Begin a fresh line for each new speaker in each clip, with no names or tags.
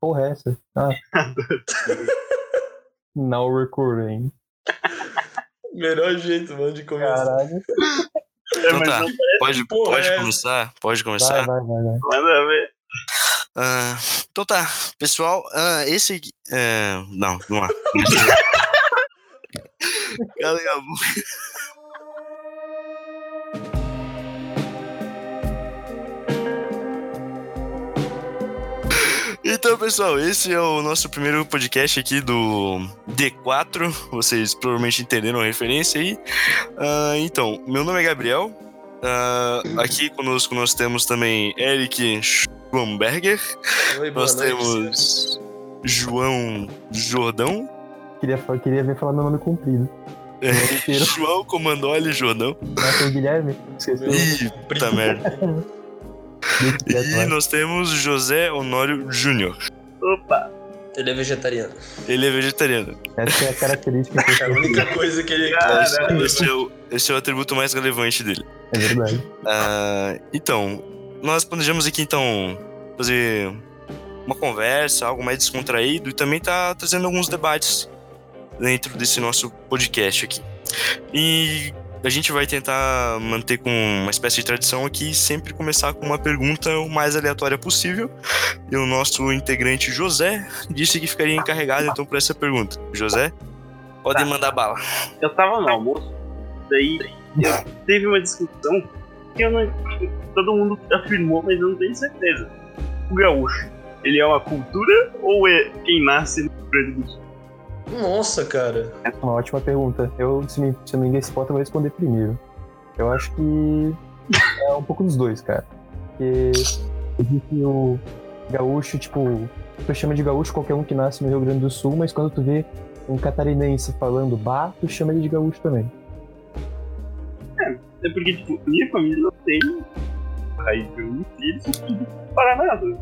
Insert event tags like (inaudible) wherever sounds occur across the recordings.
porra é essa? Ah. Não recurring.
Melhor jeito, mano, de começar.
Caralho.
É,
Então
mas
tá,
não-
pode,
porra,
pode
é.
começar, pode
Vai,
começar.
vai, vai, vai.
Nada a ver.
Ah, então tá, pessoal, ah, esse. aqui- é, não, vamos lá. Galera, Então, pessoal, esse é o nosso primeiro podcast aqui do D4. Vocês provavelmente entenderam a referência aí. Ah, então, meu nome é Gabriel. Ah, aqui conosco nós temos também Eric Schwamberger.
Oi, boa
Nós
noite.
temos João Jordão.
Queria, fa- queria ver falar meu nome comprido.
É.
Meu nome inteiro.
João Comandoli Jordão.
Mas é o Guilherme. Esqueceu.
Ih, puta merda.
Deixa quieto,
E
vai.
nós temos José Honório Júnior.
Ele é vegetariano.
Ele é vegetariano.
Essa é a característica que eu
É a única coisa que ele.
Esse, esse é o, esse é o atributo mais relevante dele.
É verdade.
Ah, então, nós planejamos aqui então fazer uma conversa, algo mais descontraído e também tá trazendo alguns debates dentro desse nosso podcast aqui. E a gente vai tentar manter com uma espécie de tradição aqui, sempre começar com uma pergunta o mais aleatória possível. E o nosso integrante José disse que ficaria encarregado então por essa pergunta. José, pode mandar bala.
Eu tava no almoço, daí eu teve uma discussão que eu não. Todo mundo afirmou, mas eu não tenho certeza. O gaúcho, ele é uma cultura ou é quem nasce no Rio Grande do Sul?
Nossa, cara.
Essa é uma ótima pergunta. Eu, se, me, se eu não me engano, esse ponto eu vou responder primeiro. Eu acho que é um pouco dos dois, cara. Porque existe o gaúcho, tipo, tu chama de gaúcho qualquer um que nasce no Rio Grande do Sul, mas quando tu vê um catarinense falando bar, tu chama ele de gaúcho também.
É porque, tipo, minha família não tem raiz de um filho para nada.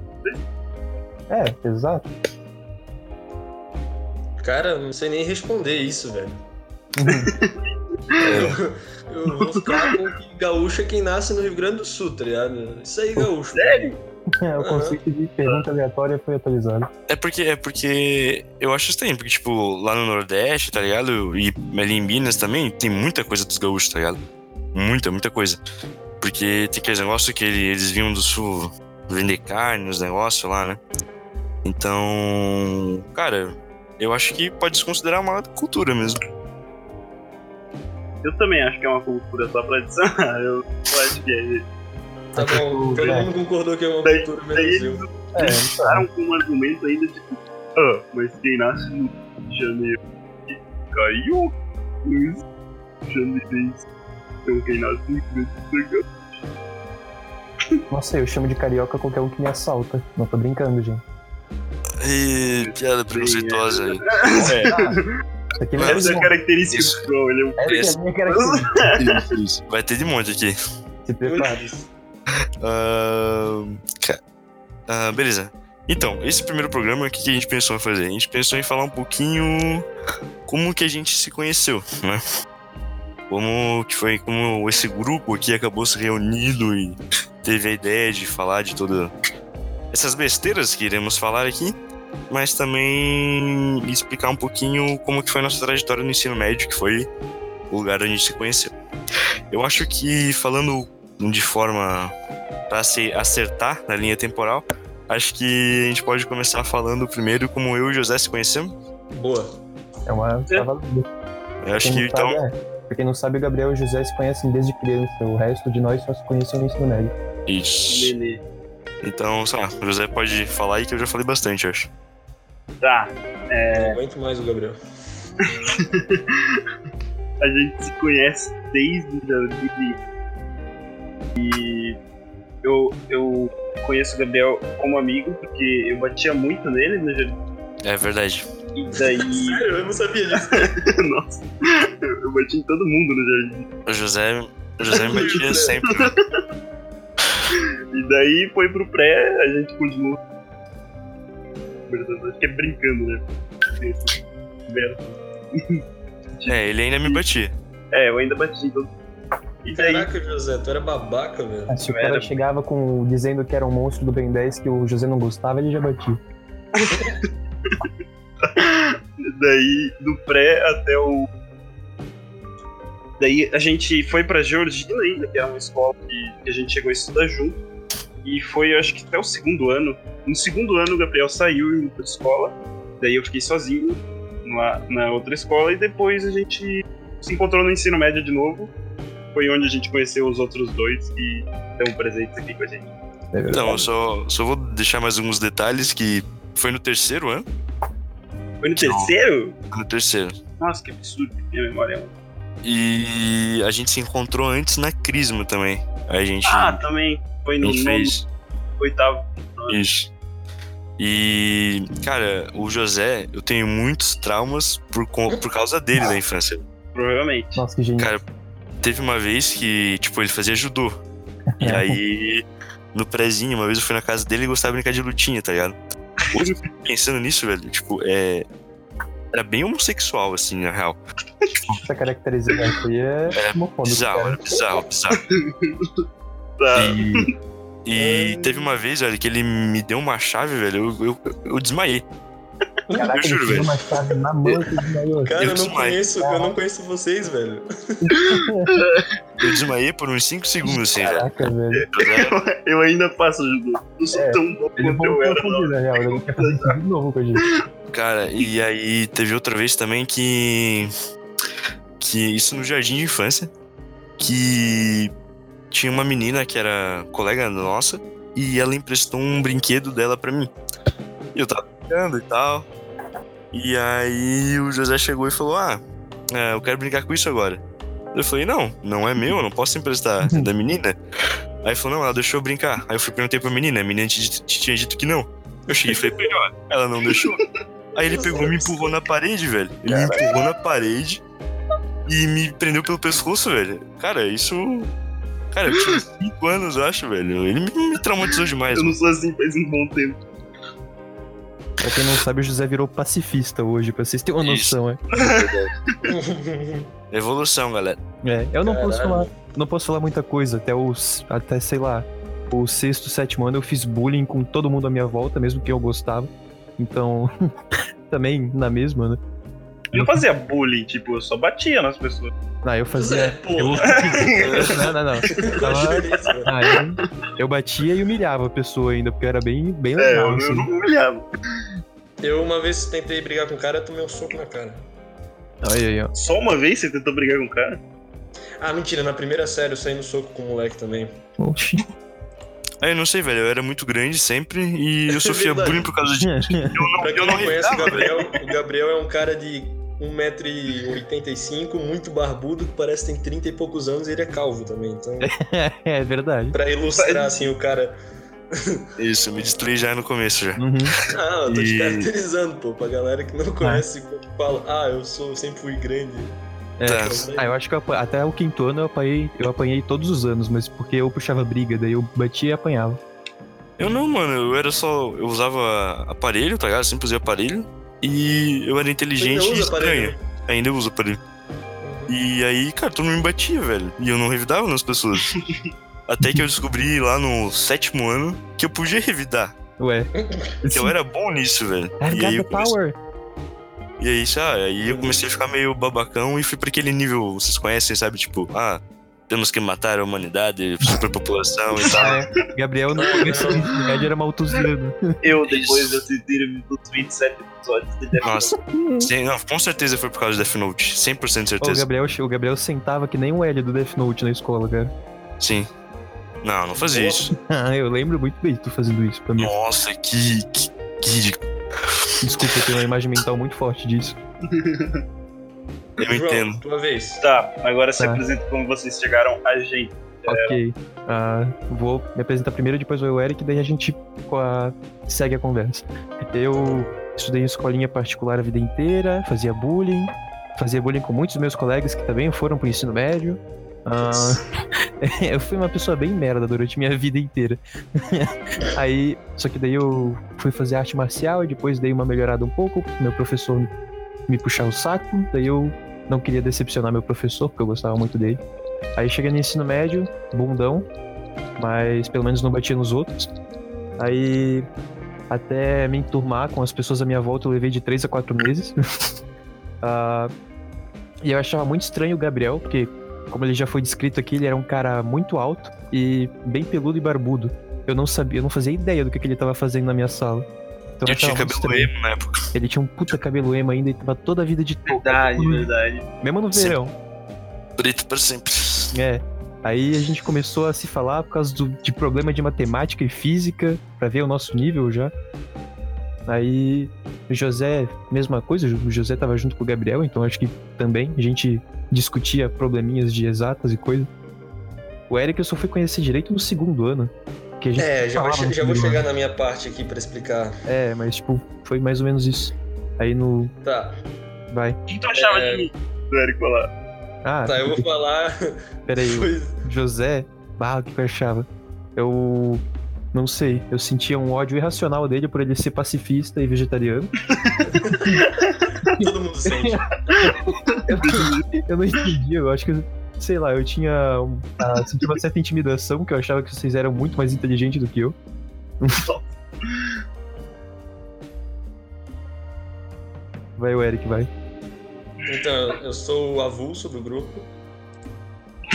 É, exato. (laughs)
Cara, eu não sei nem responder isso, velho.
É.
Eu, eu vou ficar com que gaúcho é quem nasce no Rio Grande do Sul, tá ligado? Isso aí, gaúcho.
É,
Sério?
o conceito de pergunta aleatória foi atualizado.
É porque, é porque eu acho estranho, porque, tipo, lá no Nordeste, tá ligado? E ali em Minas também, tem muita coisa dos gaúchos, tá ligado? Muita, muita coisa. Porque tem aqueles negócios que ele- eles vinham do sul vender carne, os negócios lá, né? Então, cara, eu acho que pode se considerar uma cultura mesmo.
Eu também acho que é uma cultura só pra adicionar. (laughs) Eu eu acho que é.
Tá bom, todo mundo concordou que é uma
Daí-
cultura
daí
menos eu.
É,
Ficaram com um argumento ainda, tipo, ah, mas quem nasce no Rio de Janeiro caiu nos janeirenses. Então quem nasce no Rio Grande do Sul é gaúcho.
Nossa, eu chamo de carioca qualquer um que me assalta. Não tô brincando, gente.
E piada preconceituosa aí.
Isso aqui não é
Essa é a
minha-
característica
Isso.
do João, ele é um
Essa é a minha característica.
Vai ter de monte aqui.
Se prepara.
Ahn, ca- ah, beleza. Então, esse primeiro programa, o que, que a gente pensou em fazer? A gente pensou em falar um pouquinho como que a gente se conheceu, né? Como que foi, como esse grupo aqui acabou se reunindo e teve a ideia de falar de todas essas besteiras que iremos falar aqui, mas também explicar um pouquinho como que foi a nossa trajetória no ensino médio, que foi o lugar onde a gente se conheceu. Eu acho que falando de forma para se acertar na linha temporal, acho que a gente pode começar falando primeiro como eu e o José se conhecemos.
Boa.
É uma.
É.
Tá valendo.
Eu acho
Quem
que
não sabe,
então.
é. Pra quem não sabe, o Gabriel e o José se conhecem desde criança. O resto de nós só se conheceu no ensino médio.
Isso.
Lelê.
Então, sei lá, o José pode falar aí que eu já falei bastante, eu acho.
Tá,
Não aguento mais o Gabriel.
a gente se conhece desde o Jardim Limpo. E eu, eu conheço o Gabriel como amigo, porque eu batia muito nele no Jardim
É verdade.
E daí.
Sério, eu não sabia disso.
(laughs) Nossa, eu bati em todo mundo no Jardim
O José, o José me batia sempre.
E daí foi pro pré, a gente continuou. Acho que é brincando, né? Esse verso.
É, ele ainda me batia.
É, eu ainda bati em todo E daí,
Caraca, José, tu era babaca,
Ah,
velho.
Se o cara
Era.
chegava com, dizendo que era um monstro do Ben 10 que o José não gostava, ele já batia.
Daí, do pré até o. Daí a gente foi pra Georgina ainda, que era uma escola que, que a gente chegou a estudar junto. E foi, acho que até o segundo ano. No segundo ano, o Gabriel saiu e mudou de escola. Daí eu fiquei sozinho lá na outra escola. E depois a gente se encontrou no ensino médio de novo. Foi onde a gente conheceu os outros dois que estão presentes aqui com a gente.
É verdade.
Então, eu só, só vou deixar mais alguns detalhes que foi no terceiro ano.
Foi no terceiro?
No terceiro.
Nossa, que absurdo. Minha memória é uma.
E a gente se encontrou antes na Crisma também. A gente,
Ah, também. Foi
a
no
gente
nono,
fez.
oitavo.
Isso. E, cara, o José, eu tenho muitos traumas por, con- por causa dele na infância.
Provavelmente.
Nossa, que genial.
Cara, teve uma vez que, tipo, ele fazia judô. E aí, no prezinho, uma vez eu fui na casa dele e gostava de brincar de lutinha, tá ligado? Hoje, eu fico pensando nisso, velho, tipo, é. Era bem homossexual, assim, na real.
Tá
Essa caracterização aí é homofóbica.
Bizarro,
né?
cara.
era bizarro, bizarro.
Tá.
E, e teve uma vez, velho, que ele me deu uma chave, velho, eu, eu, eu desmaiei.
Caraca,
Eu juro,
ele tinha
velho.
uma chave na mão que desmaiou.
Cara, eu
Eu
não
desmaio.
conheço, eu não conheço vocês, (laughs) velho.
Eu desmaiei por uns 5 segundos, assim, velho.
Caraca, velho.
José
Eu ainda faço judô. Não sou
É,
tão bom
Ele
quanto eu
voltou a
era. não.
fundir, na real. Ele quer fazer isso de novo com a gente.
Cara, e aí teve outra vez também que. Que isso no jardim de infância. Que tinha uma menina que era colega nossa e ela emprestou um brinquedo dela pra mim. E eu tava brincando e tal. E aí o José chegou e falou: Ah, é, eu quero brincar com isso agora. Eu falei: Não, não é meu, eu não posso emprestar, é da menina. Aí ele falou: Não, ela deixou eu brincar. Aí eu fui perguntei pra menina, a menina tinha dito- tinha dito que não. Eu cheguei e falei: pra ele, ó, ela não deixou. Aí ele pegou e me empurrou na parede, velho. Ele me empurrou na parede e me prendeu pelo pescoço, velho. Cara, isso. Cara, eu tinha 5 anos, eu acho, velho. Ele me, me traumatizou demais,
Eu não
mano.
sou assim faz um bom tempo.
Pra quem não sabe, o José virou pacifista hoje, pra vocês terem uma
Isso.
noção, é.
Evolução, galera.
É, eu não posso
Caralho.
falar, não posso falar muita coisa até os até sei lá, o sexto, sétimo ano eu fiz bullying com todo mundo à minha volta, mesmo que eu gostava. Então, (laughs) também na mesma, né?
Eu não fazia bullying, tipo, eu só batia nas pessoas.
Ah, eu
(laughs)
fazia
José, pô,
eu... (laughs) não, não, não.
qual a diferença, é velho?
Ah, eu, eu batia e humilhava a pessoa ainda, porque eu era bem, bem
É,
legal.
eu,
assim.
eu não humilhava.
Eu uma vez tentei brigar com um cara, tomei um soco na cara.
Aí, aí, ó.
Só uma vez você tentou brigar com o cara?
Ah, mentira, na primeira série eu saí no soco com o moleque também.
Oxi.
Aí É, eu não sei, velho. Eu era muito grande sempre
(laughs)
e eu sofria
Verdade.
bullying por causa disso.
Pra quem
eu não
não conhece o
revidava,
Gabriel, o Gabriel é um cara de 1,85m, muito barbudo, que parece que tem 30 e poucos anos e ele é calvo também. Então,
é verdade.
pra ilustrar assim o cara.
Isso, eu me destruí já no começo já.
Uhum.
Ah, eu tô te
E- Ah.
caracterizando, pô, pra galera que não conhece, que fala, ah, eu sou, sempre fui grande. Então, né?
É.
Tá.
Ah, eu acho que eu apa- até o quinto ano eu apanhei, eu apanhei todos os anos, mas porque eu puxava briga, daí eu batia e apanhava.
Eu não, mano. Eu era só. Eu usava aparelho, tá ligado? Sempre usei aparelho. E eu era inteligente
Ainda
e
usa aparelho,
estranho. Ainda uso aparelho. E aí, cara, todo mundo me batia, velho. E eu não revidava nas pessoas.
(laughs)
Até que eu descobri lá no sétimo ano que eu podia revidar.
Ué.
Que eu era bom nisso, velho. E aí,
Argada
eu comecei,
Power!
e aí, isso, ah, aí eu comecei a ficar meio babacão e fui pra aquele nível, vocês conhecem, sabe? Tipo, ah, temos que matar a humanidade, superpopulação e tal.
É, Gabriel no começo do ensino médio era né? maltusiano.
Eu, depois de assistir os 27 episódios de Death
Nossa. Sem- não, com certeza foi por causa do Death Note. 100% de
O
certeza.
Gabriel, o Gabriel sentava que nem o L do Death Note na escola, cara. (laughs)
Sim. Não, não fazia
Boa.
isso.
Ah, eu lembro muito bem de tu fazendo isso pra mim.
Nossa, que. que, que ridículo.
Desculpa, eu tenho uma imagem mental muito forte disso.
Eu entendo.
João, tua vez.
Tá, agora se
Tá.
apresenta como vocês chegaram a gente.
Ok. Ah, vou me apresentar primeiro, depois vai o Eric, daí a gente co- a- segue a conversa. Eu estudei em escolinha particular a vida inteira, fazia bullying, fazia bullying com muitos dos meus colegas que também foram pro ensino médio. Ah, (laughs) eu fui uma pessoa bem merda durante minha vida inteira. (laughs) Aí, só que daí eu fui fazer arte marcial e depois dei uma melhorada um pouco, meu professor me puxar o saco, daí eu não queria decepcionar meu professor, porque eu gostava muito dele. Aí cheguei no ensino médio, bundão, mas pelo menos não batia nos outros. Aí Até me enturmar com as pessoas à minha volta, eu levei de 3 a 4 meses. (laughs) Ah, e eu achava muito estranho o Gabriel, porque, como ele já foi descrito aqui, ele era um cara muito alto e bem peludo e barbudo. Eu não sabia, eu não fazia ideia do que, que ele tava fazendo na minha sala. Então,
Eu
achava
tinha
muito
cabelo
estranho.
emo na época.
Ele tinha um puta cabelo emo ainda e tava toda a vida de touca.
Verdade, verdade.
Mesmo no
Sim.
verão.
Preto pra sempre.
É. Aí a gente começou a se falar por causa do- de problema de matemática e física, pra ver o nosso nível já. Aí o José, mesma coisa, o José tava junto com o Gabriel, então acho que também a gente discutia probleminhas de exatas e coisa. O Eric eu só fui conhecer direito no segundo ano. Que a gente
É, já, vai
falava
che-
no
já vou
primeiro
chegar na minha parte aqui pra explicar.
ano. É, mas tipo, foi mais ou menos isso. Aí no.
Tá,
Vai.
O que tu achava
É.
de mim? Do Eric falar.
Ah,
tá, eu vou falar.
peraí. o-
(laughs) Foi-
José, barra o que eu achava. Eu não sei, eu sentia um ódio irracional dele por ele ser pacifista e vegetariano.
Todo mundo sente.
(laughs) Eu não entendi, eu acho que, sei lá, eu tinha um- ah, senti uma certa intimidação, porque eu achava que vocês eram muito mais inteligentes do que eu. (laughs) Vai o Eric, vai.
Então, eu sou o avulso do grupo.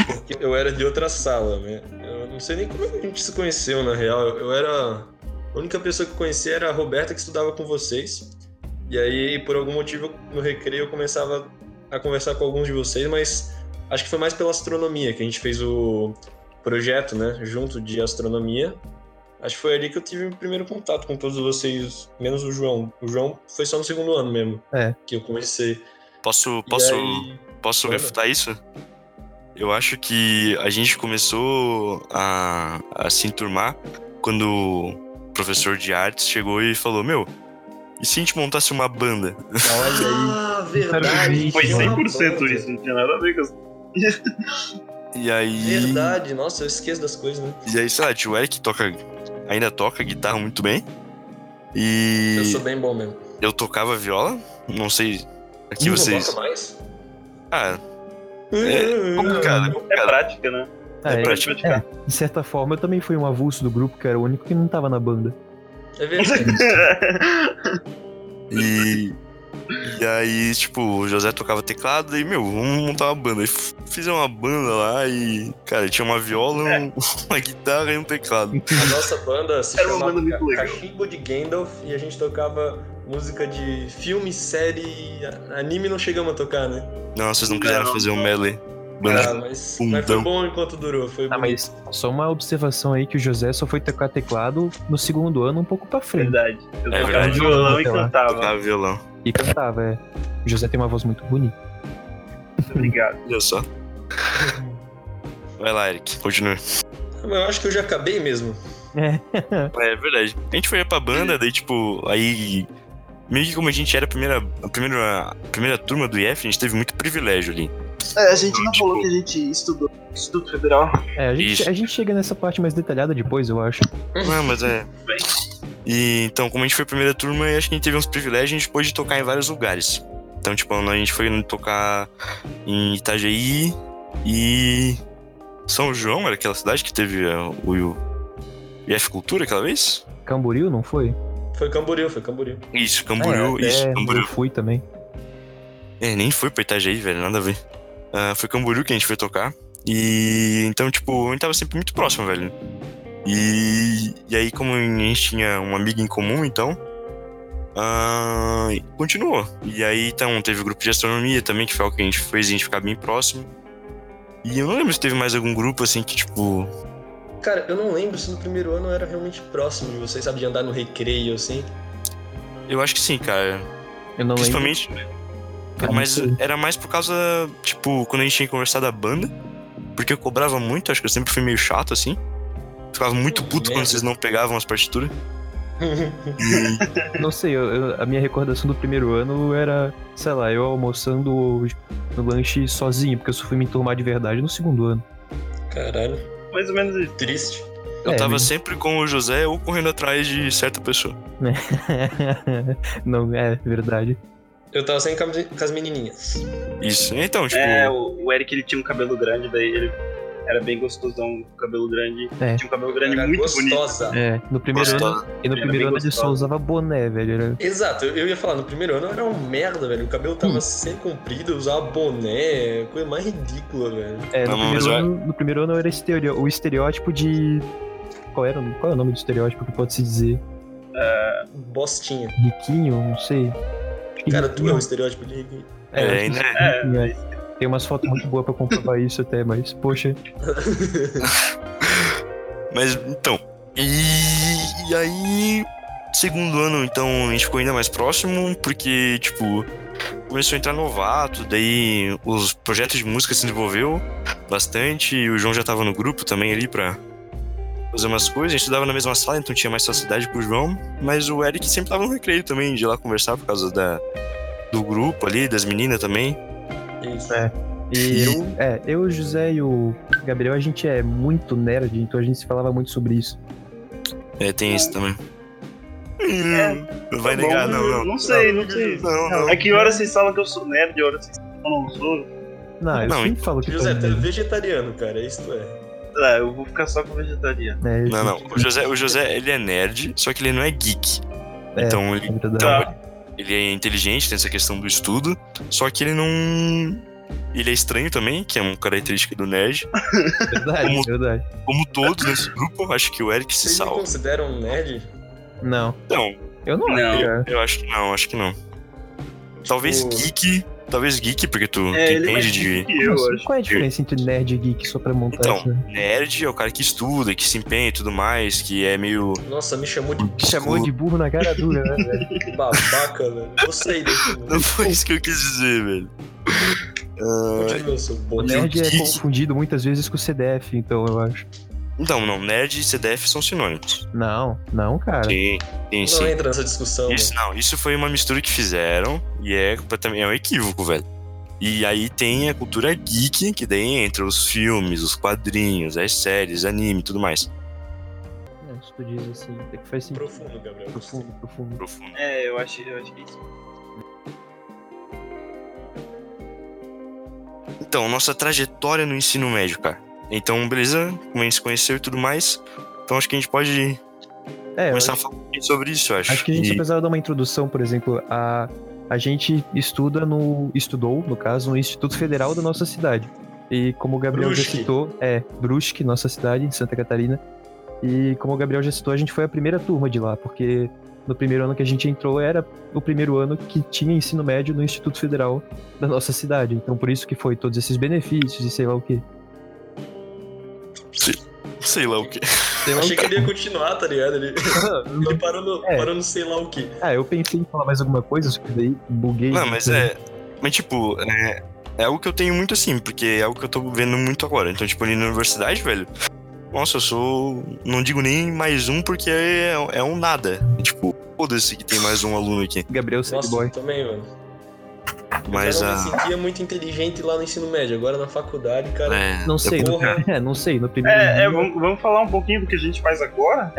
Porque eu era de outra sala, né? Eu não sei nem como a gente se conheceu, na real. Eu, eu era. A única pessoa que eu conhecia era a Roberta, que estudava com vocês. E aí, por algum motivo, no recreio eu começava a conversar com alguns de vocês, mas acho que foi mais pela astronomia, que a gente fez o projeto, né? Junto de astronomia. Acho que foi ali que eu tive o primeiro contato com todos vocês, menos o João. O João foi só no segundo ano mesmo
É.
que eu comecei.
Posso,
E
posso,
aí-
posso
Manda.
refutar isso? Eu acho que a gente começou a, a se enturmar quando o professor de artes chegou e falou: Meu, e se a gente montasse uma banda?
(laughs) Ah, verdade.
Sinceramente,
Foi
Tinha uma
100% isso, não tinha nada a ver com isso.
E aí.
Verdade, nossa, eu esqueço das coisas, né?
E aí, sei lá, tio Eric toca, ainda toca guitarra muito bem. E
Eu
eu,
sou bem bom mesmo.
tocava viola. Não sei. Aqui
Não
vocês.
toca mais?
Ah, É, complicado, é
É
complicado.
prática, né?
Ah, é,
pra-
Pode praticar.
de certa forma, eu também fui um avulso do grupo, que era o único que não tava na banda.
É verdade.
(laughs)
E, e aí, tipo, o José tocava teclado e, meu, vamos montar uma banda. E f- fizemos uma banda lá e, cara, tinha uma viola, um- (laughs) uma guitarra e um teclado.
A nossa banda se
Era uma
chamava
banda muito legal.
Cachimbo de Gandalf e a gente tocava música de filme, série, anime não chegamos a tocar, né?
Não, vocês não quiseram
Não.
fazer um medley.
Ah,
Banda.
mas,
Fundão.
mas foi bom enquanto durou, foi
Ah,
bom.
mas só uma observação aí que o José só foi tocar teclado no segundo ano, um pouco pra frente.
Verdade. Eu um
É
tocava
verdade.
violão e
Sei lá.
cantava.
Tocava violão.
E cantava, é. O José tem uma voz muito bonita.
Obrigado.
Olha só. Vai lá, Eric, continue.
Mas eu acho que eu já acabei mesmo.
É verdade. A gente foi pra banda, daí, tipo, aí. Meio que como a gente era a primeira, a primeira, a primeira turma do IF, a gente teve muito privilégio ali.
É, a gente não
Tipo-
falou que a gente estudou no Instituto Federal.
É, a gente,
Isso.
a gente chega nessa parte mais detalhada depois, eu acho.
Não, mas é. E, então, como a gente foi a primeira turma, eu acho que a gente teve uns privilégios, a gente pôde tocar em vários lugares. Então, tipo, a gente foi tocar em Itajaí e. São João, era aquela cidade que teve é, o, o IF Cultura aquela vez?
Camboriú, não foi?
Foi Camboriú, foi Camboriú.
Isso, Camboriú,
É,
isso,
é,
Camboriú.
Eu fui também.
É, nem foi pra Itajaí, velho, nada a ver. Ah, foi Camboriú que a gente foi tocar. E então, tipo, a gente tava sempre muito próximo, velho. E, e aí, como a gente tinha um amigo em comum, então. ah, continuou. E aí, então, teve o grupo de astronomia também, que foi algo que a gente fez a gente ficar bem próximo. E eu não lembro se teve mais algum grupo assim que, tipo.
Cara, eu não lembro se no primeiro ano eu era realmente próximo de vocês, sabe, de andar no recreio, assim. (laughs)
Eu acho que sim, cara.
Eu não lembro.
Principalmente.
É
Mas era mais por causa, tipo, quando a gente tinha que conversar da banda. Porque eu cobrava muito, acho que eu sempre fui meio chato, assim. Ficava muito
Hum,
puto quando
Merda.
vocês não pegavam as partituras.
Não sei, eu- eu- a minha recordação do primeiro ano era, sei lá, eu almoçando no lanche sozinho, porque eu só fui me enturmar de verdade no segundo ano.
Caralho,
Mais ou menos isso.
triste.
Eu
É,
tava
né?
sempre com o José ou correndo atrás de certa pessoa.
né? (laughs) não, é verdade.
Eu tava sempre com as- com as menininhas.
É,
Isso. Então, tipo,
É, o o Eric ele tinha um cabelo grande, daí ele era bem gostosão, cabelo grande.
É.
Tinha um cabelo grande
Era
muito bonito.
gostosa.
É, no primeiro ano,
Gostosa.
e no
Era
primeiro
bem
ano ele só
gostosa.
usava boné, velho. Era...
Exato, eu eu ia falar, no primeiro ano eu era um merda, velho. O cabelo tava
Hum.
sem comprido, eu usava boné, coisa mais ridícula, velho.
É, no,
Não, mas
primeiro
eu-
ano, no primeiro ano eu era estereo- o estereótipo de. Qual, era, o- qual é o nome do estereótipo que pode se dizer?
Bostinha.
Riquinho? Não sei. Acho que
Cara, tu é
riquinho.
um estereótipo de rico.
É,
É,
acho que
né?
sim, né? Tem umas fotos muito boas pra comprovar isso até, mas, poxa,
Mas então. E, e aí. Segundo ano, então, a gente ficou ainda mais próximo, porque, tipo, começou a entrar novato, daí os projetos de música se desenvolveu bastante, e o João já tava no grupo também ali pra fazer umas coisas, a gente estudava na mesma sala, então tinha mais facilidade pro João, mas o Eric sempre tava no recreio também, de ir lá conversar por causa da, do grupo ali, das meninas também.
Isso.
É. E eu, é, eu, o José e o Gabriel, a gente é muito nerd, então a gente se falava muito sobre isso.
É, tem isso também. não vai
Tá
negar,
bom,
não, não.
Não sei, não sei.
Não, não.
É que horas vocês falam que eu sou nerd, horas vocês falam que eu não sou.
Não, eu
Não,
sempre falo que
José,
tô
tu é
nerd,
vegetariano, cara, isso é.
Ah, eu vou ficar só com vegetariano.
né?
Não, não. O José, o José, ele é nerd, só que ele não é geek.
É.
Então, ele,
Lembra da-
Tá.
ele é inteligente, tem essa questão do estudo, só que ele não. Ele é estranho também, que é uma característica do nerd.
Verdade,
Como-
verdade.
Como todos nesse grupo, acho que o Eric se
Vocês me
salva.
consideram um nerd? Tipo,
Não,
Não,
eu não,
Não.
acho, cara.
eu acho que não, acho que não. Talvez geek. Talvez geek, porque tu,
É,
tu
ele é mais
entende de.
geek que eu,
Como assim?
acho.
Qual é a diferença entre nerd e geek só pra montar
Então,
isso? né?
nerd é o cara que estuda, que se empenha e tudo mais, que é meio.
Nossa, me chamou de
Tipo,
Chamou de burro na cara dura, né, velho?
babaca, velho. Gostei desse
(laughs) (laughs) Não
nome.
foi isso que eu quis dizer, velho. Ah,
Continua, seu
O
boné.
nerd é
geek-
confundido muitas vezes com o CDF, então eu acho.
Então, não, nerd e CDF são sinônimos.
Não, não, cara.
Sim, sim,
Não então.
sim.
entra nessa discussão,
Isso não, isso foi uma mistura que fizeram e é completamente é um equívoco, velho. E aí tem a cultura geek, que daí entra os filmes, os quadrinhos, as séries, anime e tudo mais.
É, Se tu diz assim, até que faz
mano.
sentido.
Profundo, Gabriel. gostei.
Profundo, profundo.
Profundo.
É, eu acho, eu acho que é isso.
Então, nossa trajetória no ensino médio, cara. Então, beleza, como a gente se conheceu e tudo mais. Então acho que a gente pode
É, eu
começar a falar um pouquinho sobre isso, eu acho.
Acho que a gente
E-
precisava dar uma introdução, por exemplo, a, a gente estuda no. estudou, no caso, no Instituto Federal da nossa cidade. E como o Gabriel já
Brusque.
citou, é, Brusque, nossa cidade, de Santa Catarina. E como o Gabriel já citou, a gente foi a primeira turma de lá, porque no primeiro ano que a gente entrou era o primeiro ano que tinha ensino médio no Instituto Federal da nossa cidade. Então por isso que foi todos esses benefícios e sei lá o quê.
Sei lá o que.
Sei lá o
Achei
um
que ele ia continuar, tá ligado? Ele,
quê.
ele
(laughs)
parou, no,
É.
parou no sei lá o que.
Ah, eu pensei em falar mais alguma coisa, só que daí buguei.
Não, mas é. Mas, tipo, é, é algo que eu tenho muito assim, porque é algo que eu tô vendo muito agora. Então, tipo, ali na universidade, velho. Nossa, eu sou. Não digo nem mais um, porque é, é um nada. Tipo, foda-se que tem mais um aluno aqui.
Gabriel Sad
Nossa,
Boy.
eu também, mano.
Mas
cara, eu
a.
me sentia muito inteligente lá no ensino médio. Agora na faculdade, cara.
É,
Não sei, no,
Porra.
(laughs) é, não sei, no primeiro
É, é
dia-
vamos, vamos falar um pouquinho do que a gente faz agora?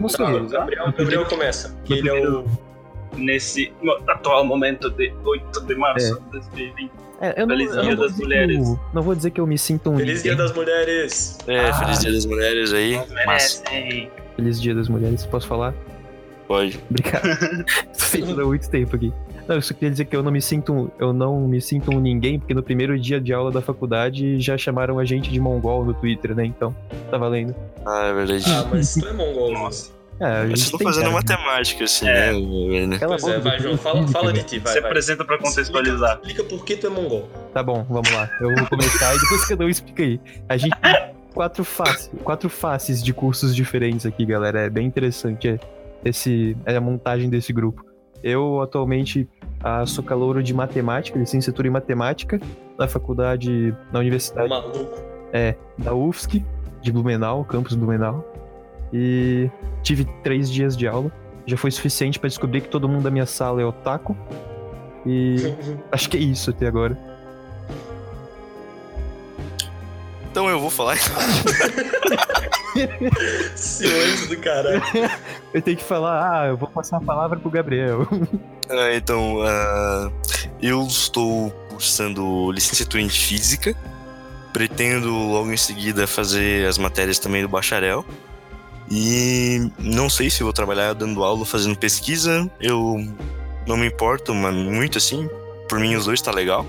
não sei.
Não, o
É.
Gabriel, o Gabriel começa. Que ele é o.
Nesse no atual momento de 8 de março de 2020.
É, eu não, eu
Feliz Dia
não vou
das
dizer
Mulheres.
Que eu, não vou dizer que eu me sinto um
Feliz Dia
ninguém.
das Mulheres!
é,
Ah.
Feliz Dia das Mulheres aí.
Nós
Mas
merecem.
Feliz Dia das Mulheres, posso
(laughs)
falar?
pode.
Obrigado. Fiz há muito tempo aqui. Não, eu só queria dizer que eu não me sinto um, eu não me sinto um ninguém, porque no primeiro dia de aula da faculdade já chamaram a gente de mongol no Twitter, né? Então, tá valendo.
Ah, é verdade.
Ah, mas tu é mongol, João.
Nossa,
É, a
Mas
gente
eu tô
tem
fazendo
cara, né?
matemática, assim,
É.
né, né?
Cala a
Pois é,
boca,
vai,
eu
João.
tenho
Fala,
filho,
fala de
cara.
ti, vai.
se
vai.
apresenta pra contextualizar.
Explica por que tu é mongol.
Tá bom, vamos lá. Eu vou começar e depois cada um explica aí. A gente tem quatro faces, quatro faces de cursos diferentes aqui, galera. É bem interessante é, esse, é a montagem desse grupo. Eu atualmente ah, sou calouro de matemática, licenciatura em matemática, na faculdade, na universidade
Maluco. (laughs)
da UFSC, de Blumenau, campus Blumenau. E tive três dias de aula. Já foi suficiente pra descobrir que todo mundo da minha sala é otaku. E acho que é isso até agora.
Então eu vou falar.
Silêncio do caralho.
(laughs) Eu tenho que falar, ah, eu vou passar a palavra pro Gabriel. (laughs)
Ah, então, ah, eu estou cursando licenciatura em física pretendo logo em seguida fazer as matérias também do bacharel. E não sei se vou trabalhar dando aula, fazendo pesquisa. Eu não me importo mas muito assim. Por mim, os dois tá legal.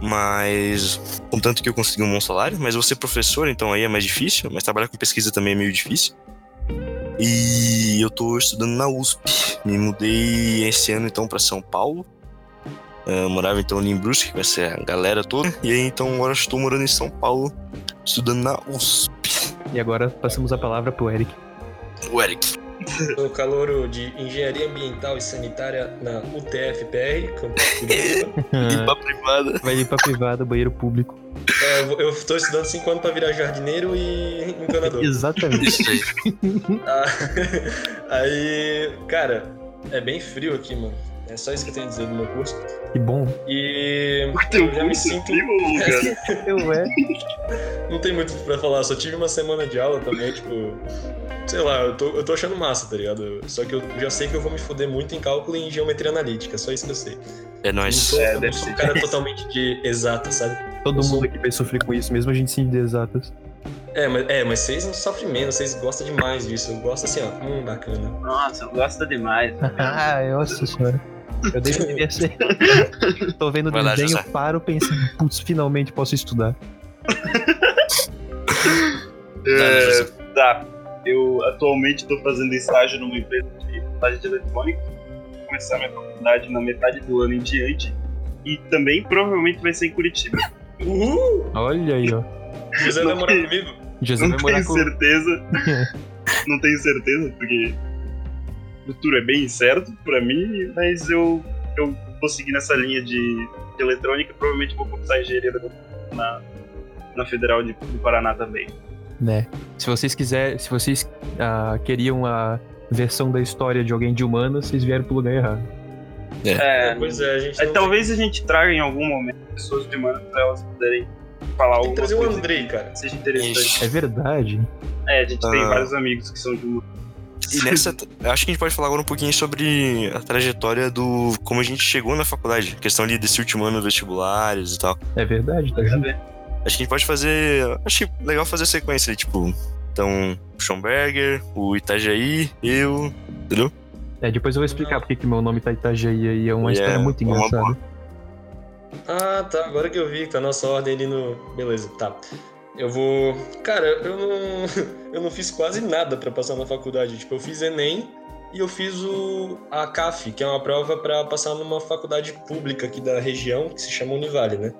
Mas, contanto que eu consiga um bom salário. Mas você professor, então aí é mais difícil. Mas trabalhar com pesquisa também é meio difícil. E eu tô estudando na USP. Me mudei esse ano então para São Paulo. Eu morava então ali em Brusque com essa galera toda. E aí então agora eu estou morando em São Paulo, estudando na USP.
E agora passamos a palavra pro Eric.
O Eric.
Sou calouro de Engenharia Ambiental e Sanitária na UTFPR,
(laughs)
campus Curitiba.
Ah.
Limpa a privada.
Vai limpar privado, banheiro público.
É, eu vou- eu tô estudando 5 anos pra virar jardineiro e encanador.
Exatamente.
Isso aí.
Ah, (laughs) Aí, cara, é bem frio aqui, mano. É só isso que eu tenho a dizer do meu curso.
Que bom.
E
O teu
Eu já me
curso
sinto-
frio, cara.
Eu é.
não tem muito pra falar, só tive uma semana de aula também, tipo. Sei lá, eu tô, eu tô achando massa, tá ligado? Só que eu já sei que eu vou me foder muito em cálculo e em geometria analítica, só isso que eu sei.
É
Eu não
nóis.
sou,
É,
eu não
deve
sou um
ser.
cara totalmente de exata, sabe?
Todo mundo aqui vai sofrer com isso, mesmo a gente sim de exatas.
É, mas, é, mas vocês não sofrem menos, vocês gostam demais disso. Eu gosto assim, ó, hum, bacana.
Nossa, gosta demais.
Ah, nossa senhora. Eu deixo de ser. Tô vendo o
Vai lá,
desenho,
José.
paro, pensando, putz, finalmente posso estudar.
É, tá. Eu atualmente estou fazendo estágio numa empresa de montagem de eletrônica. Vou começar minha faculdade na metade do ano em diante. E também provavelmente vai ser em Curitiba.
Uhul!
Olha aí, ó.
José vai
Não.
morar é comigo?
José
Não
vai morar
tenho
com.
(laughs) certeza. Não tenho certeza, porque o futuro é bem incerto pra mim, mas eu, eu vou seguir nessa linha de, de eletrônica. Provavelmente vou cursar engenharia da- na, na Federal de, do Paraná também.
né? Se vocês quiserem, se vocês ah, queriam a versão da história de alguém de humano, vocês vieram pro lugar errado.
É,
Pois é, a gente
É,
não
talvez a gente traga em algum momento pessoas de mana pra elas poderem
tem
falar
que
alguma
trazer o
coisa
Andrei, cara.
que seja interessante.
É verdade.
É, a gente tem
Ah.
vários amigos que são de mana.
E nessa, eu acho que a gente pode falar agora um pouquinho sobre a trajetória do como a gente chegou na faculdade, questão ali desse último ano vestibulares e tal.
É verdade, tá vendo?
né?
Acho que a gente pode fazer, acho que legal fazer a sequência, ali, tipo, então o Schomberger, o Itajaí, eu,
É, depois eu vou explicar porque que meu nome tá Itajaí aí. É uma
É,
história muito
é uma
engraçada.
Ah, tá. Agora que eu vi que tá a nossa ordem ali no. Beleza, tá. Eu vou. Cara, eu não. (laughs) Eu não fiz quase nada pra passar na faculdade. Tipo, eu fiz Enem e eu fiz o. a CAF, que é uma prova pra passar numa faculdade pública aqui da região, que se chama Univale, né?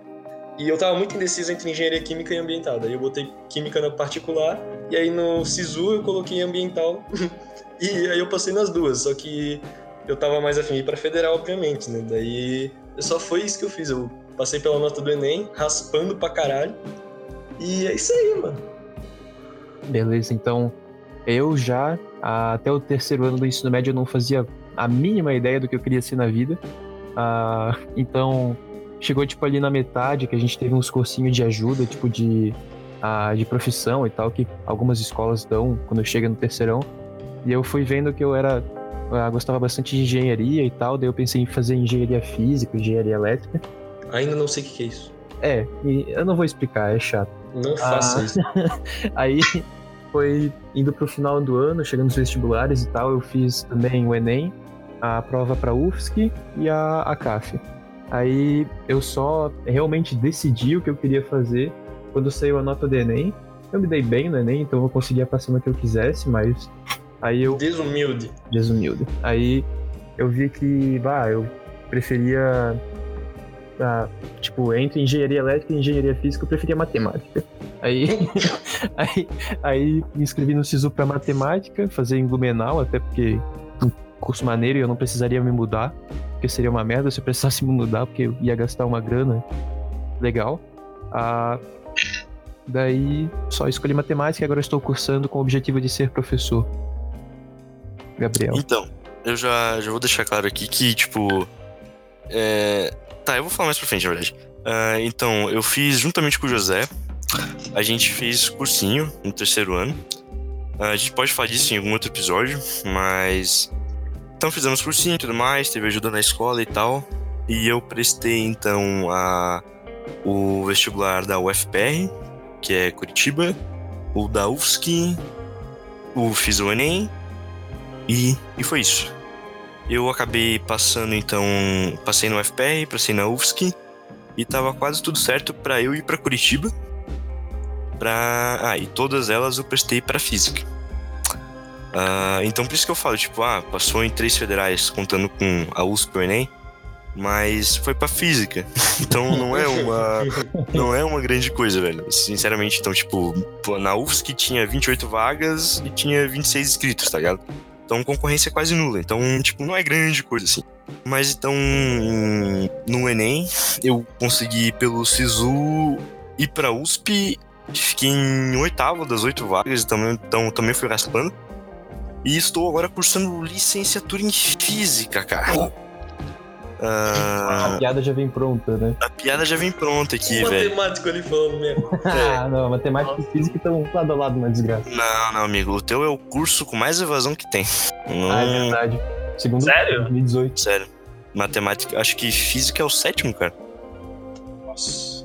E eu tava muito indeciso entre engenharia química e ambiental. Daí eu botei química na particular, e aí no SISU eu coloquei ambiental. (laughs) e aí eu passei nas duas, só que eu tava mais afim de ir pra federal, obviamente, né? Daí eu só foi isso que eu fiz. Eu passei pela nota do Enem, raspando pra caralho. E é isso aí, mano.
Beleza, então eu já, ah, até o terceiro ano do ensino médio, eu não fazia a mínima ideia do que eu queria ser na vida. Ah, então, chegou tipo ali na metade que a gente teve uns cursinhos de ajuda, tipo de, ah, de profissão e tal, que algumas escolas dão quando chega no terceirão. E eu fui vendo que eu era. ah, gostava bastante de engenharia e tal, daí eu pensei em fazer engenharia física, engenharia elétrica.
Ainda não sei o que que é isso.
É, e eu não vou explicar, é chato.
Não faça
Ah.
isso.
(laughs) Aí foi indo pro final do ano, chegando nos vestibulares e tal, eu fiz também o Enem, a prova pra UFSC e a, a CAF. Aí eu só realmente decidi o que eu queria fazer quando saiu a nota do Enem. Eu me dei bem no Enem, então eu conseguia passar no que eu quisesse, mas aí eu
Desumilde.
desumilde. Aí eu vi que, bah, eu preferia. ah, tipo, entre engenharia elétrica e engenharia física, eu preferia matemática. Aí, aí, aí me inscrevi no SISU pra matemática, fazer em Blumenau, até porque um curso maneiro e eu não precisaria me mudar, porque seria uma merda se eu precisasse me mudar, porque eu ia gastar uma grana legal. Ah, daí só escolhi matemática e agora estou cursando com o objetivo de ser professor. Gabriel.
Então, eu já, já vou deixar claro aqui que, tipo. é, Tá, eu vou falar mais pra frente, na verdade. Ah, então, eu fiz juntamente com o José. A gente fez cursinho no terceiro ano. Ah, a gente pode falar disso em algum outro episódio, mas. Então fizemos cursinho e tudo mais, teve ajuda na escola e tal. E eu prestei, então, a o vestibular da UFPR, que é Curitiba, o da UFSC, o fiz o Enem e, e foi isso. Eu acabei passando então, passei no UFPR, passei na UFSC e tava quase tudo certo para eu ir para Curitiba. Pra... Ah, e todas elas eu prestei para física. Ah, então por isso que eu falo, tipo, ah, passou em três federais contando com a USP e o Enem, mas foi para física. (laughs) Então não é uma não é uma grande coisa, velho. Sinceramente, então tipo, pô, na UFSC tinha 28 vagas e tinha 26 inscritos, tá ligado? Então concorrência é quase nula. Então, tipo, não é grande coisa assim. Mas então no Enem eu consegui pelo Sisu ir pra USP, fiquei em oitavo das oito vagas, também, então também fui raspando. E estou agora cursando licenciatura em física, cara.
Uhum.
Ah,
A piada já vem pronta,
(laughs)
né?
a piada já vem pronta aqui,
o
velho.
matemático ali falando mesmo.
É.
Ah, não, matemática e física estão lado a lado na desgraça.
Não, não, amigo. O teu é o curso com mais evasão que tem.
Ah, é
Não,
verdade. Segundo
Sério?
2018.
Sério. Matemática, acho que física é o sétimo, cara.
Nossa.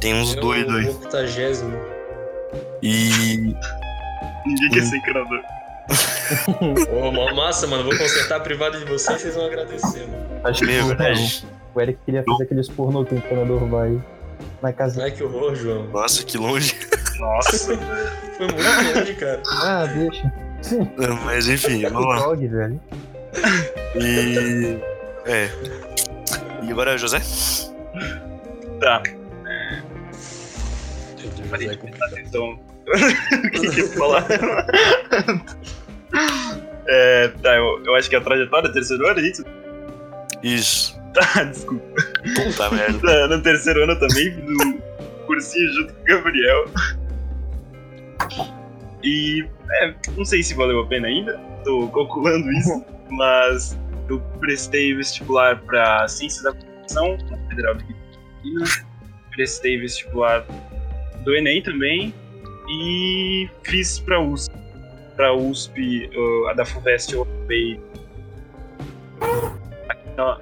Tem uns
Eu,
doidos aí.
octagésimo.
E.
Ninguém quer ser encanador.
Ô, mó massa, mano. Vou consertar a privada de vocês, vocês vão agradecer, mano.
Acho que
Meu, é,
o-
verdade.
o Eric queria fazer aqueles pornô que o encanador vai na casa.
Ai, que horror, João. (laughs)
Nossa, que longe.
Nossa.
Foi muito grande, cara.
Ah, deixa.
Mas enfim, vamos
O
lá.
dog, velho.
E. É. E agora, é José?
Tá,
Meu Deus, é complicado.
então. (laughs) o que que eu ia falar? é, tá, eu, eu acho que a trajetória é terceiro ano, é isso?
Isso.
Tá, (laughs) desculpa.
Puta merda.
Tá, no terceiro ano eu também, fiz o cursinho junto com o Gabriel. E é, não sei se valeu a pena ainda, tô calculando isso, mas eu prestei vestibular pra Ciências da Computação, na Federal de Quina, prestei vestibular do Enem também e fiz pra USP. Pra USP, uh, a da FUVEST eu acabei. Aqui na,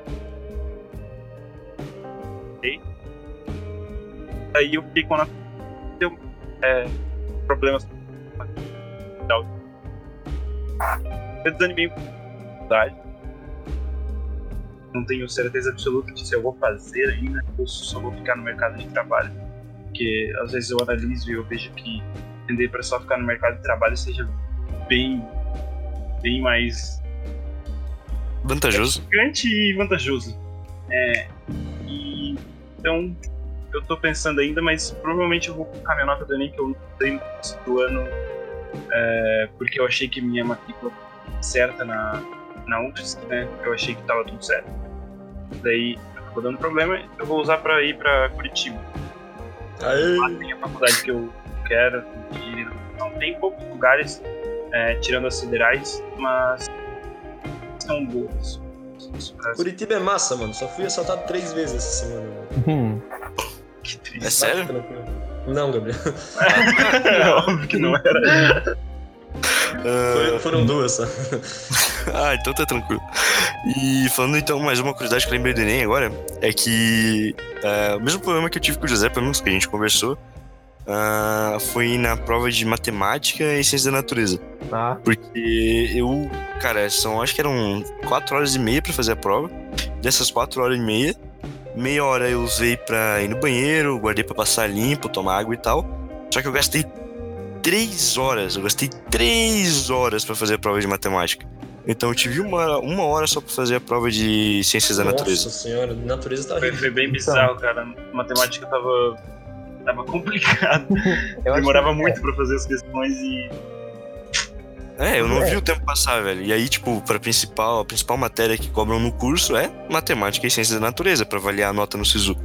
aí eu fiquei com a eu, é, problemas tal. Eu desanimei com a faculdade. Não tenho certeza absoluta de se eu vou fazer ainda ou se só vou ficar no mercado de trabalho. Porque às vezes eu analiso e eu vejo que vender para só ficar no mercado de trabalho seja bem, bem mais
Vantajoso.
gratificante e vantajoso. É, e, então, eu tô pensando ainda, mas provavelmente eu vou colocar minha nota do Enem que eu não dei no começo do ano, é, porque eu achei que minha matrícula certa na, na UFSC, né? Eu achei que tava tudo certo. Daí, acabou dando problema, eu vou usar pra ir pra Curitiba
Aê.
lá tem a faculdade que eu quero e não tem poucos lugares é, tirando as siderais, mas são boas.
Curitiba é massa, mano. Só fui assaltado três vezes essa semana. mano. Tá
Hum.
Que
É
triste.
sério?
Tranquilo. Não, Gabriel.
É Óbvio que não era.
Foi- Foram duas só.
Ah, então tá tranquilo. E falando então, mais uma curiosidade que eu lembrei do Enem agora, é que ah, o mesmo problema que eu tive com o José, pelo menos que a gente conversou, ah, foi na prova de matemática e ciência da natureza.
Tá.
Ah,
Porque eu, cara, são, acho que eram 4 horas e meia pra fazer a prova. Dessas 4 horas e meia, meia hora eu usei pra ir no banheiro, guardei pra passar limpo, tomar água e tal. Só que eu gastei 3 horas, eu gastei 3 horas pra fazer a prova de matemática. Então eu tive uma, uma hora só pra fazer a prova de ciências da é natureza.
Nossa senhora, natureza tá
Foi,
horrível.
foi bem bizarro, cara. Matemática tava, tava complicado.
eu acho
Demorava muito pra fazer as questões e.
É, eu não
É.
vi o tempo passar, velho. E aí, tipo, pra principal, a principal matéria que cobram no curso é matemática e ciências da natureza, pra avaliar a nota no SISU.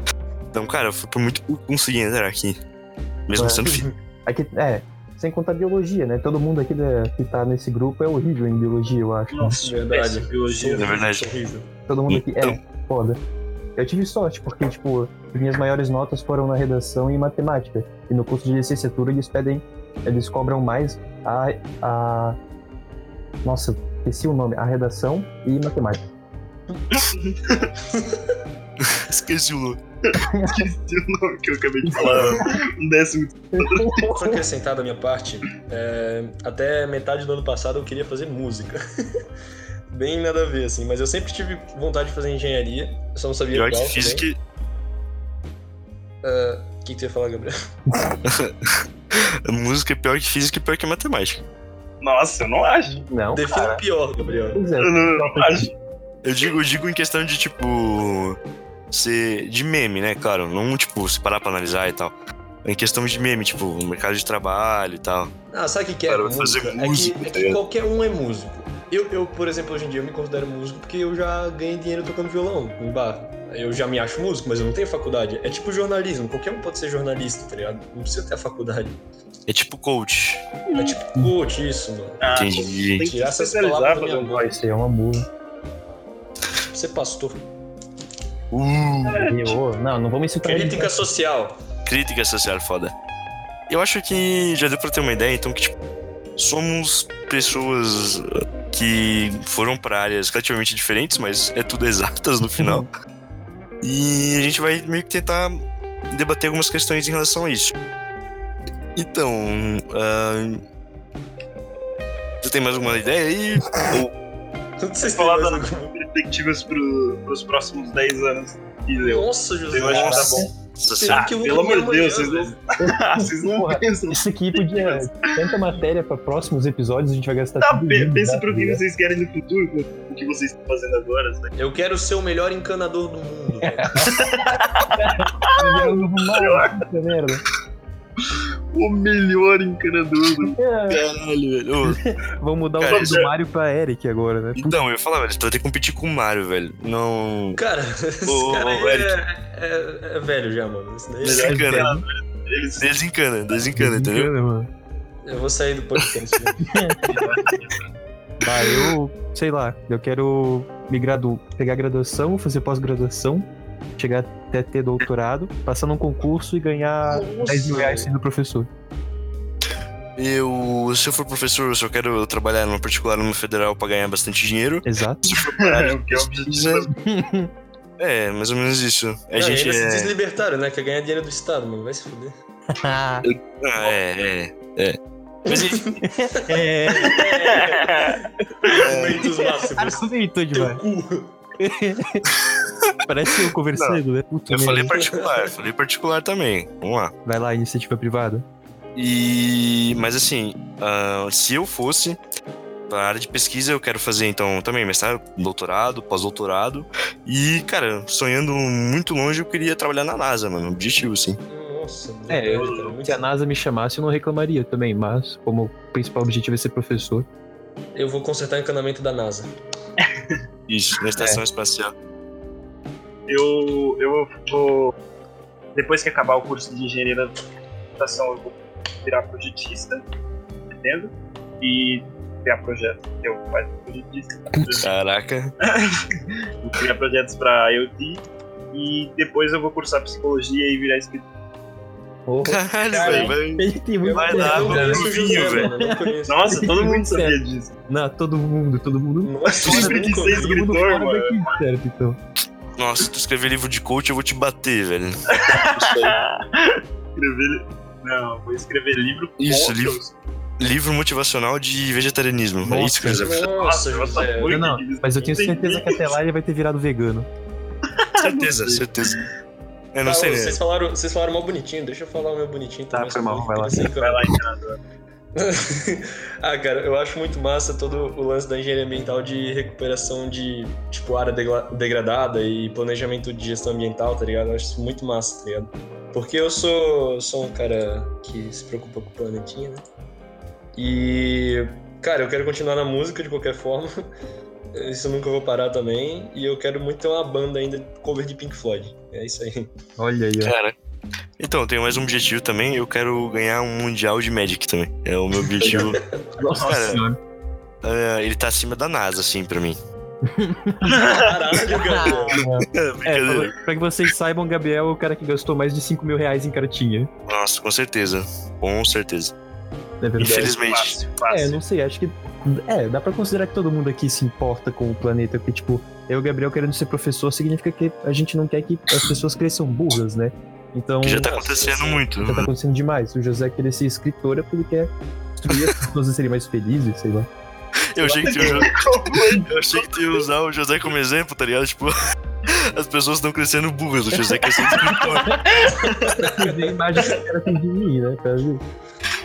Então, cara, eu fui por muito pouco conseguir entrar aqui. Mesmo
É.
sendo filho.
Aqui, é, sem contar biologia, né? Todo mundo aqui da- que tá nesse grupo é horrível em biologia, eu acho.
Nossa,
Verdade.
péssimo, biologia.
É verdade.
Horrível.
Todo mundo aqui
Então.
é foda. Eu tive sorte, porque, tipo, minhas maiores notas foram na redação e em matemática. E no curso de licenciatura eles pedem, eles cobram mais a. a... Nossa, esqueci o nome. A redação e matemática.
Esqueci o nome.
Esqueci o nome que eu acabei de falar. Um décimo.
Só acrescentar da minha parte, é, até metade do ano passado eu queria fazer música. (laughs) Bem nada a ver, assim, mas eu sempre tive vontade de fazer engenharia, eu só não sabia
Pior que
qual também.
física.
Ah, O que, que você ia falar, Gabriel?
Música é pior que física e pior que matemática.
Nossa, eu não acho.
Não,
Defina
cara.
pior, Gabriel.
Pois é.
Eu não, não acho.
Eu digo, eu digo em questão de tipo. Ser de meme, né? Claro, não tipo, se parar pra analisar e tal. Em questão de meme, tipo, o mercado de trabalho e tal.
Ah, sabe o que, que é?
Cara, vai
música?
fazer
É que-
música,
é que,
tá ligado?
qualquer um é músico. Eu, eu, por exemplo, hoje em dia eu me considero músico porque eu já ganhei dinheiro tocando violão em bar. Eu já me acho músico, mas eu não tenho faculdade. É tipo jornalismo, qualquer um pode ser jornalista, tá ligado? Não precisa ter a faculdade.
É tipo coach.
É tipo coach, isso, mano.
Ah,
Entendi.
tem que
Tirar
se
essas
especializar,
palavras da
fazer
minha
um
Ó, isso aí é uma burra.
Pra ser é pastor.
Tá
Uh,
E, ô, não, não vamos insultar ele.
Crítica social.
crítica social foda. Eu acho que já deu pra ter uma ideia, então, que, tipo, somos pessoas uh, que foram pra áreas relativamente diferentes, mas é tudo exatas no final. E a gente vai meio que tentar debater algumas questões em relação a isso. Então, ahn, você tem mais alguma ideia aí?
Não sei se tem
Falar
mais
da-
alguma-
perspectivas pro, pros próximos 10 anos. E eu.
Nossa, José.
Eu acho que tá bom.
Será
Ah,
que eu vou
pelo
comer
amor de Deus,
amanhã,
vocês não. (laughs) Ah, vocês não
Porra.
pensam.
Isso aqui podia. Tanta matéria pra próximos episódios, a gente vai gastar.
Tá,
tudo
pe-
nisso,
pensa
tá,
pro que
ligado?
vocês querem no futuro, com o que vocês estão fazendo agora. sabe?
Eu quero ser o melhor encanador do mundo. velho.
Ele é um novo mal, puta merda.
O melhor encanador do
É,
Caralho, velho. Ô,
Vamos mudar o
Cara,
nome
isso
do Mario pra Eric agora, né?
Então, eu ia falar, velho, você vai ter que competir com o Mario, velho. Não.
Cara, esse
Ô,
cara aí
ô, Eric.
é, é- é velho já, mano. Isso daí é-
Desencana,
Eles
desencana, desencana, entendeu?
Brincando, mano.
é- Eu vou sair do podcast. né?
Tá, eu, sei lá, eu quero me gradu... pegar graduação, fazer pós-graduação, chegar até ter doutorado, passar num concurso e ganhar 10 mil reais sendo professor.
Eu, se eu for professor, eu só quero trabalhar numa particular, numa federal, pra ganhar bastante dinheiro. Né?
Exato.
É, o que é o objetivo.
(laughs) É, mais ou menos isso. A
Não,
gente
ainda se
é...
deslibertaram, né? Quer ganhar dinheiro do Estado, mano. Vai se fuder.
(laughs) Ah, é, é, é. Mas enfim,
(laughs)
(laughs) é,
é-
É.
Argumentos máximos.
argumentou
Teu
demais.
cu.
Parece eu conversando, né? Puta
eu
merda.
falei particular, eu falei particular também. Vamos lá.
Vai lá, iniciativa privada.
E... Mas assim, ah, se eu fosse pra área de pesquisa, eu quero fazer, então, também mestrado, doutorado, pós-doutorado. E, cara, sonhando muito longe, eu queria trabalhar na NASA, mano. Objetivo, assim.
Nossa,
É,
verdade,
eu-
cara, muito-
Se a NASA me chamasse, eu não reclamaria também, mas como o principal objetivo é ser professor.
Eu vou consertar o encanamento da NASA.
Isso, na
É.
estação espacial.
Eu, eu vou. Depois que acabar o curso de engenharia da computação, eu vou virar projetista, entendo? E criar projetos. é Eu faço projetista.
(laughs) Caraca.
Vou criar projetos pra IoT. E depois eu vou cursar psicologia e virar espírito.
Caralho,
Cara,
velho. vai-
Ele tem muito
Vai
Eu
dar,
não
mano.
conheço o
Vinho,
José,
velho.
mano, eu não conheço.
(laughs)
Nossa, todo mundo
Muito
sabia disso.
Não, todo mundo, todo mundo.
Nossa,
Todo
eu
mundo
nunca
que fez
ouvi.
grito.
Todo mundo
Escritor,
fora
mano.
daqui, certo, então.
Nossa, se tu escrever livro de coach, eu vou te bater, velho.
Escrever. Não, vou escrever livro.
Isso,
contos.
livro. Livro motivacional de vegetarianismo. é isso que eu quero dizer.
Nossa,
Nossa, nossa,
José.
foi.
Não, não, mas eu tenho certeza que até lá ele vai ter virado vegano.
Certeza, certeza.
Tá,
Eu não sei, né?
vocês, falaram, vocês falaram mal bonitinho, deixa eu falar o meu bonitinho
Tá,
também.
foi mal, vai lá.
Vai lá, então.
ah, cara, eu acho muito massa todo o lance da engenharia ambiental de recuperação de, tipo, área degra- degradada e planejamento de gestão ambiental, tá ligado? Eu acho isso muito massa, tá ligado? Porque eu sou, sou um cara que se preocupa com o planetinha, né? E, cara, eu quero continuar na música de qualquer forma. (laughs) Isso eu nunca vou parar também. E eu quero muito ter uma banda ainda cover de Pink Floyd. É isso aí.
(laughs)
Olha aí, ó.
Cara. Então, eu tenho mais um objetivo também. Eu quero ganhar um mundial de Magic também. É o meu objetivo.
Nossa
cara.
é
senhora.
Ah, ele tá acima da NASA, assim, pra mim.
Caralho, Gabriel.
É,
Brincadeira.
pra- pra que vocês saibam, Gabriel é o cara que gastou mais de 5 mil reais em cartinha.
Nossa, com certeza. Com certeza.
É verdade.
Infelizmente.
Fácil,
É,
fácil.
não sei, acho que É, dá pra considerar que todo mundo aqui se importa com o planeta, porque, tipo, eu e o Gabriel querendo ser professor significa que a gente não quer que as pessoas cresçam burras, né? Então,
Que já tá
Nossa,
acontecendo
sim.
muito.
já tá acontecendo demais. O José querer ser escritora porque ele quer instruir as pessoas a serem mais felizes, sei lá.
Eu achei que tu ia, eu achei que tu ia usar o José como exemplo, tá ligado? Tipo, (laughs) as pessoas estão crescendo burras, o José quer ser escritor.
e ver a imagem que o cara tem de mim, né? Pra ver.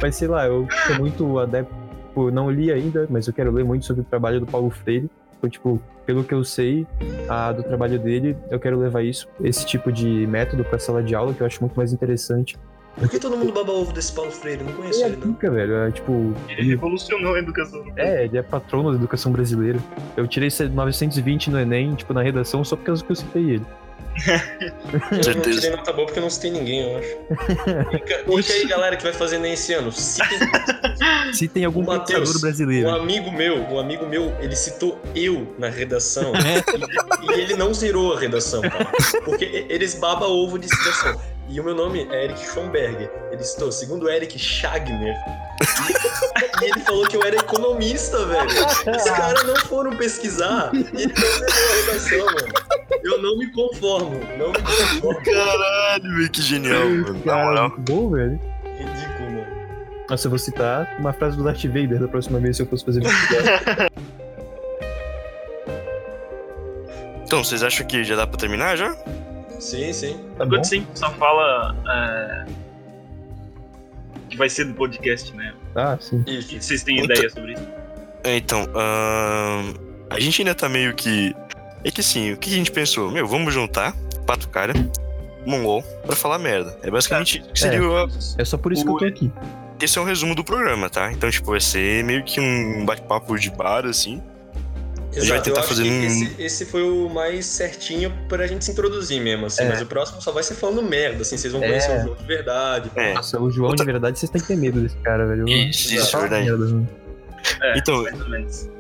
Mas sei lá, eu sou muito adepto, tipo, não li ainda, mas eu quero ler muito sobre o trabalho do Paulo Freire. Então, tipo, pelo que eu sei ah, do trabalho dele, eu quero levar isso, esse tipo de método pra sala de aula, que eu acho muito mais interessante.
Por que todo mundo baba ovo desse Paulo Freire? Eu Não
Ele
conheço
é
ele, não.
pica, velho. É, tipo,
Ele revolucionou a educação.
é, ele é patrono da educação brasileira. Eu tirei esse 920 no Enem, tipo, na redação, só porque eu citei ele.
Eu não
Certeza.
tirei nota boa porque eu não citei ninguém, eu acho. Fica, fica aí, galera, que vai fazer nem esse ano. Citem
Se tem algum
O Matheus,
pensador brasileiro.
Um amigo meu, um amigo meu, ele citou eu na redação e, e ele não zerou a redação, cara, porque e- eles baba ovo de citação. E o meu nome é Eric Schomberger. Ele citou, segundo Eric Schagner. E, e ele falou que eu era economista, velho. Os caras não foram pesquisar e ele não zerou a redação, mano. Eu não me conformo, não me conformo.
Caralho, velho, que genial, mano. Na
Cara,
moral.
muito bom, velho.
Ridículo, mano.
Nossa, eu vou citar uma frase do Darth Vader da próxima vez se eu fosse fazer vestibular.
Então, vocês acham que já dá pra terminar já?
Sim, sim.
Tá bom?
Quando sim, só fala. é, Que vai ser do podcast, né?
Ah, sim.
O
Isso.
que Vocês têm
Puta.
ideia sobre isso?
É, então, ahn, a gente ainda tá meio que. É que assim, o que a gente pensou? Meu, vamos juntar quatro caras, mongol, pra falar merda. É basicamente isso que seria. o-
É só por isso que eu tô aqui.
Esse é um resumo do programa, tá? Então, tipo, vai ser meio que um bate-papo de bar, assim. gente vai
Exato,
tentar
eu acho
fazer
que
um-
esse, esse foi o mais certinho pra gente se introduzir mesmo, assim.
É.
Mas o próximo só vai ser falando merda, assim, vocês vão
É.
conhecer o jogo de verdade.
É.
Nossa, o João, de verdade, vocês têm que ter medo desse cara, velho. Eu-
Isso, isso,
Fala
verdade.
merda, mano.
É,
Então-
mais ou menos.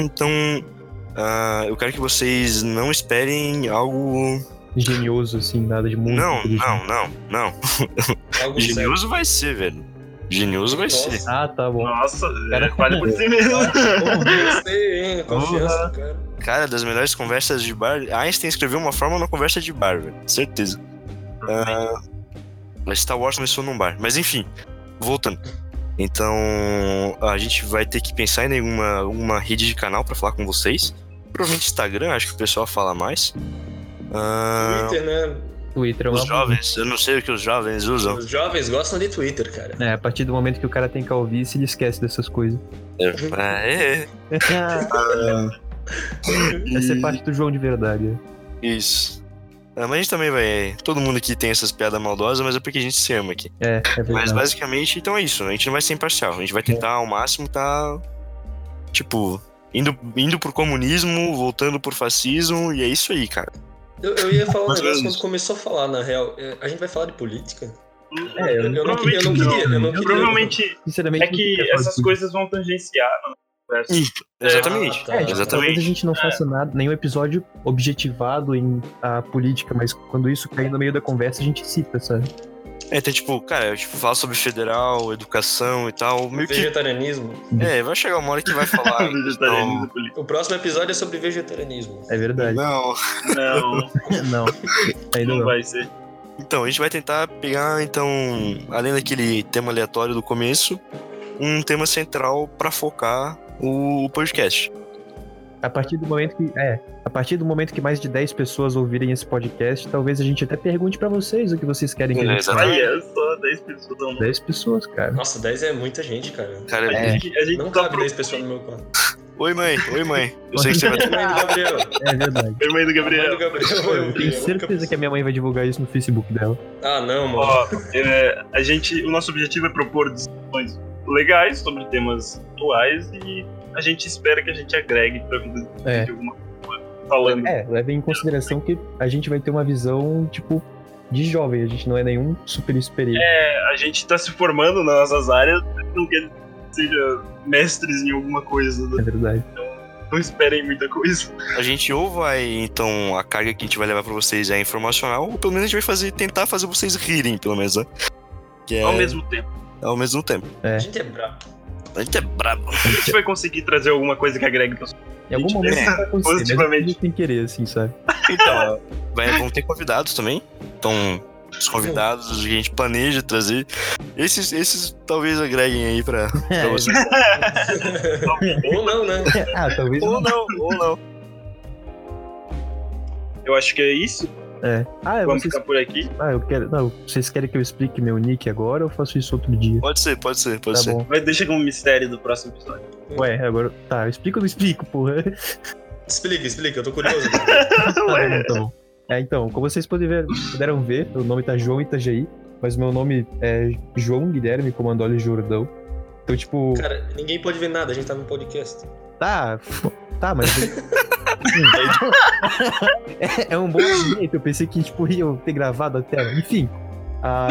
Então, ah, eu quero que vocês não esperem algo.
Genioso, assim, nada de muito.
Não,
inteligente.
não, não, não.
Algo certo.
Genioso vai ser, velho. Genioso vai
né, Nossa.
ser.
Ah, tá bom.
Nossa,
Cara,
é, vale por si mesmo.
Porra, você, hein? A Confiança, do cara.
Cara, das melhores conversas de bar. Einstein escreveu uma forma na conversa de bar, velho. Certeza. Ah, mas Star Wars começou num bar. Mas enfim, voltando. Então, a gente vai ter que pensar em alguma, alguma rede de canal pra falar com vocês. Provavelmente Instagram, acho que o pessoal fala mais. Ah,
Twitter, né?
Twitter é
os
uma.
jovens, eu não sei o que os jovens usam.
Os jovens gostam de Twitter, cara.
(laughs)
É, a partir do momento que o cara tem calvície, ele esquece dessas coisas. (laughs)
Ah, é, é.
Essa é parte do João de verdade.
Isso. Ah, mas a gente também vai. Todo mundo aqui tem essas piadas maldosas, mas é porque a gente se ama aqui.
É, é
Mas
verdade.
basicamente, então é isso. A gente não vai ser imparcial. A gente vai tentar ao máximo tá. Tipo, indo, indo pro comunismo, voltando pro fascismo, e é isso aí, cara.
Eu, eu ia falar um
Mas
negócio
vamos.
quando começou a falar, na real. É, A gente vai falar de política?
É, eu-
Eu não, queria, eu
Provavelmente
não queria, eu não
não.
queria.
Provavelmente
Sinceramente,
é que
não quer falar
essas
de
coisas vão tangenciar né? na conversa. É,
Exatamente.
ah,
É, tipo, talvez
Exatamente.
a gente não faça nada, nenhum episódio objetivado em a política, mas quando isso cair no meio da conversa, a gente cita, sabe?
É, tem tipo, cara, eu tipo, falar sobre federal, educação e tal. Meio que.
Vegetarianismo.
É, vai chegar uma hora que vai
(laughs)
falar. então.
Vegetarianismo político.
O próximo episódio é sobre vegetarianismo.
É verdade.
Não,
Não, (laughs)
não, ainda
não
não.
vai ser.
Então, a gente vai tentar pegar, então, além daquele tema aleatório do começo, um tema central pra focar o, o podcast.
A partir do momento que. É. A partir do momento que mais de 10 pessoas ouvirem esse podcast, talvez a gente até pergunte pra vocês o que vocês querem que a gente
Exato.
fale.
Aí é só 10 pessoas. Não.
10 pessoas, cara.
Nossa, 10 é muita gente, cara.
Cara,
É.
A gente, a gente
Não
tá
cabe
pro
10 pessoas no meu quarto.
oi mãe, oi mãe. Eu sei que você vai ter
Mãe do Gabriel.
É
(laughs)
verdade.
irmã do
Mãe
Gabriel.
do Gabriel.
Eu tenho certeza que a minha mãe vai divulgar isso no Facebook dela.
Ah, não, mano.
Ó, é, a gente, o nosso objetivo é propor discussões legais sobre temas atuais e a gente espera que a gente agregue pra vida
É.
de alguma coisa falando.
É, levem em consideração que a gente vai ter uma visão, tipo, de jovem. A gente não é nenhum super experiente.
A gente tá se formando nas nossas áreas, não quer dizer que seja mestres em alguma coisa.
É
né?
verdade.
Não esperem muita coisa.
A gente ou vai, então, a carga que a gente vai levar pra vocês é informacional, ou pelo menos a gente vai fazer, tentar fazer vocês rirem, pelo menos, né? Que é
Ao mesmo tempo.
ao mesmo tempo.
(laughs)
A gente é brabo.
A gente é brabo.
A gente vai conseguir trazer alguma coisa que agregue pra sua
Em algum momento
É,
isso vai acontecer,
positivamente.
mesmo sem querer, assim, sabe?
Então, (laughs) vai- vão ter convidados também. Então, os convidados que a gente planeja trazer. Esses, esses talvez agreguem aí pra,
É.
pra vocês.
Ou não, né?
(laughs) ah, talvez
(laughs) Ou não, ou não.
Eu acho que é isso.
É. Ah, eu,
Vamos
vocês,
ficar por aqui.
ah, eu quero. Não, vocês querem que eu explique meu nick agora ou eu faço isso outro dia?
Pode ser, pode ser, pode
Tá
ser.
bom.
Vai deixar como mistério do próximo episódio.
Ué, agora. Tá, eu explico ou não explico, porra?
Explica, explica, eu tô curioso.
Ah, não,
Ué,
tá bom. É, então, como vocês podem ver, puderam ver, o nome tá João Itajaí, mas o meu nome é João Guilherme Comandoli Jordão. Então, tipo,
Cara, ninguém pode ver nada, a gente tá no podcast.
tá, f- tá, mas. Hum, (laughs) é, é um bom jeito, eu pensei que, tipo, ia ter gravado a tela. Enfim. ah,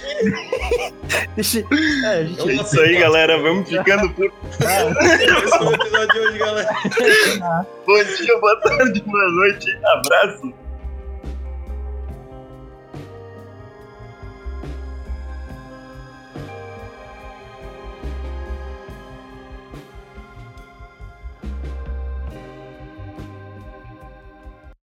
(laughs) Deixa. É, a gente.
é isso aí, galera. Vamos ficando por.
Esse foi o episódio de hoje, galera.
Bom dia, boa tarde, boa noite. Abraço.